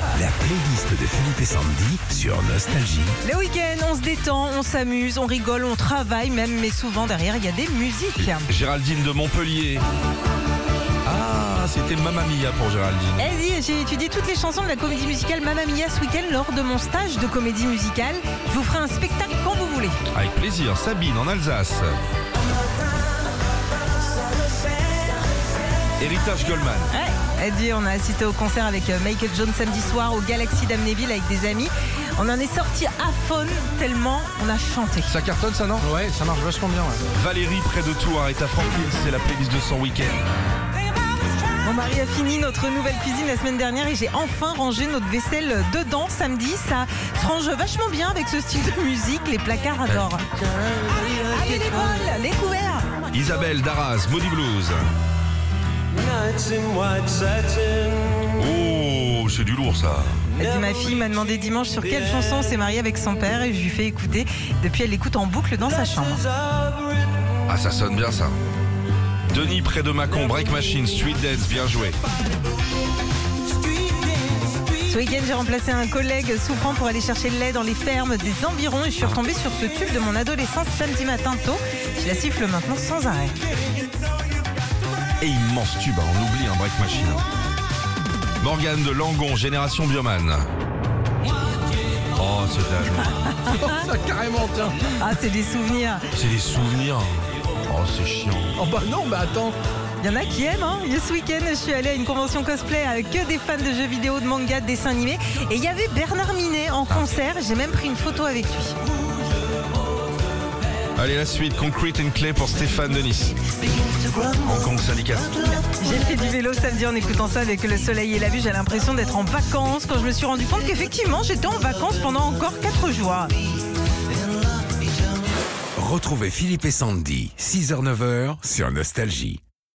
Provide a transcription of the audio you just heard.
La playlist de Philippe et Sandy sur Nostalgie. Le week-end, on se détend, on s'amuse, on rigole, on travaille même, mais souvent derrière, il y a des musiques. Géraldine de Montpellier. Ah, c'était Mamma Mia pour Géraldine. Vas-y, j'ai étudié toutes les chansons de la comédie musicale Mamma Mia ce week-end lors de mon stage de comédie musicale. Je vous ferai un spectacle quand vous voulez. Avec plaisir, Sabine en Alsace. Héritage Goldman. Ouais. Eddie, on a assisté au concert avec euh, Michael Jones samedi soir au Galaxy d'Amnéville avec des amis. On en est sorti à faune tellement on a chanté. Ça cartonne ça non Ouais, ça marche vachement bien. ouais. Valérie près de Tours est à Franklin, c'est la playlist de son week-end. Mon mari a fini notre nouvelle cuisine la semaine dernière et j'ai enfin rangé notre vaisselle dedans samedi. Ça se range vachement bien avec ce style de musique. Les placards adorent. Allez les bols, les couverts Isabelle Daras, Body Blues. Oh, c'est du lourd ça. Elle dit, ma fille m'a demandé dimanche sur quelle chanson on s'est mariée avec son père et je lui fais écouter. Depuis, elle l'écoute en boucle dans sa chambre. Ah, ça sonne bien ça. Denis près de Mâcon, Break Machine, Sweet Dance, bien joué. Ce week-end, j'ai remplacé un collègue souffrant pour aller chercher le lait dans les fermes des environs et je suis retombée sur ce tube de mon adolescence samedi matin tôt. Je la siffle maintenant sans arrêt. Et immense tube, hein, on oublie un Break Machine. Morgane de Langon, Génération Bioman. Oh, c'est de la joie. ça carrément, tiens. Ah, c'est des souvenirs. C'est des souvenirs. Oh, c'est chiant. Oh bah non, bah attends. Il y en a qui aiment. Hein. Et Ce week-end, je suis allée à une convention cosplay avec que des fans de jeux vidéo, de manga, de dessins animés. Et il y avait Bernard Minet en concert. J'ai même pris une photo avec lui. Allez, la suite, Concrete and Clay pour Stéphane Denis. Hong Kong Syndicat. J'ai fait du vélo samedi en écoutant ça avec le soleil et la vue. J'ai l'impression d'être en vacances quand je me suis rendu compte qu'effectivement, j'étais en vacances pendant encore 4 jours. Retrouvez Philippe et Sandy, 6h-9h sur Nostalgie.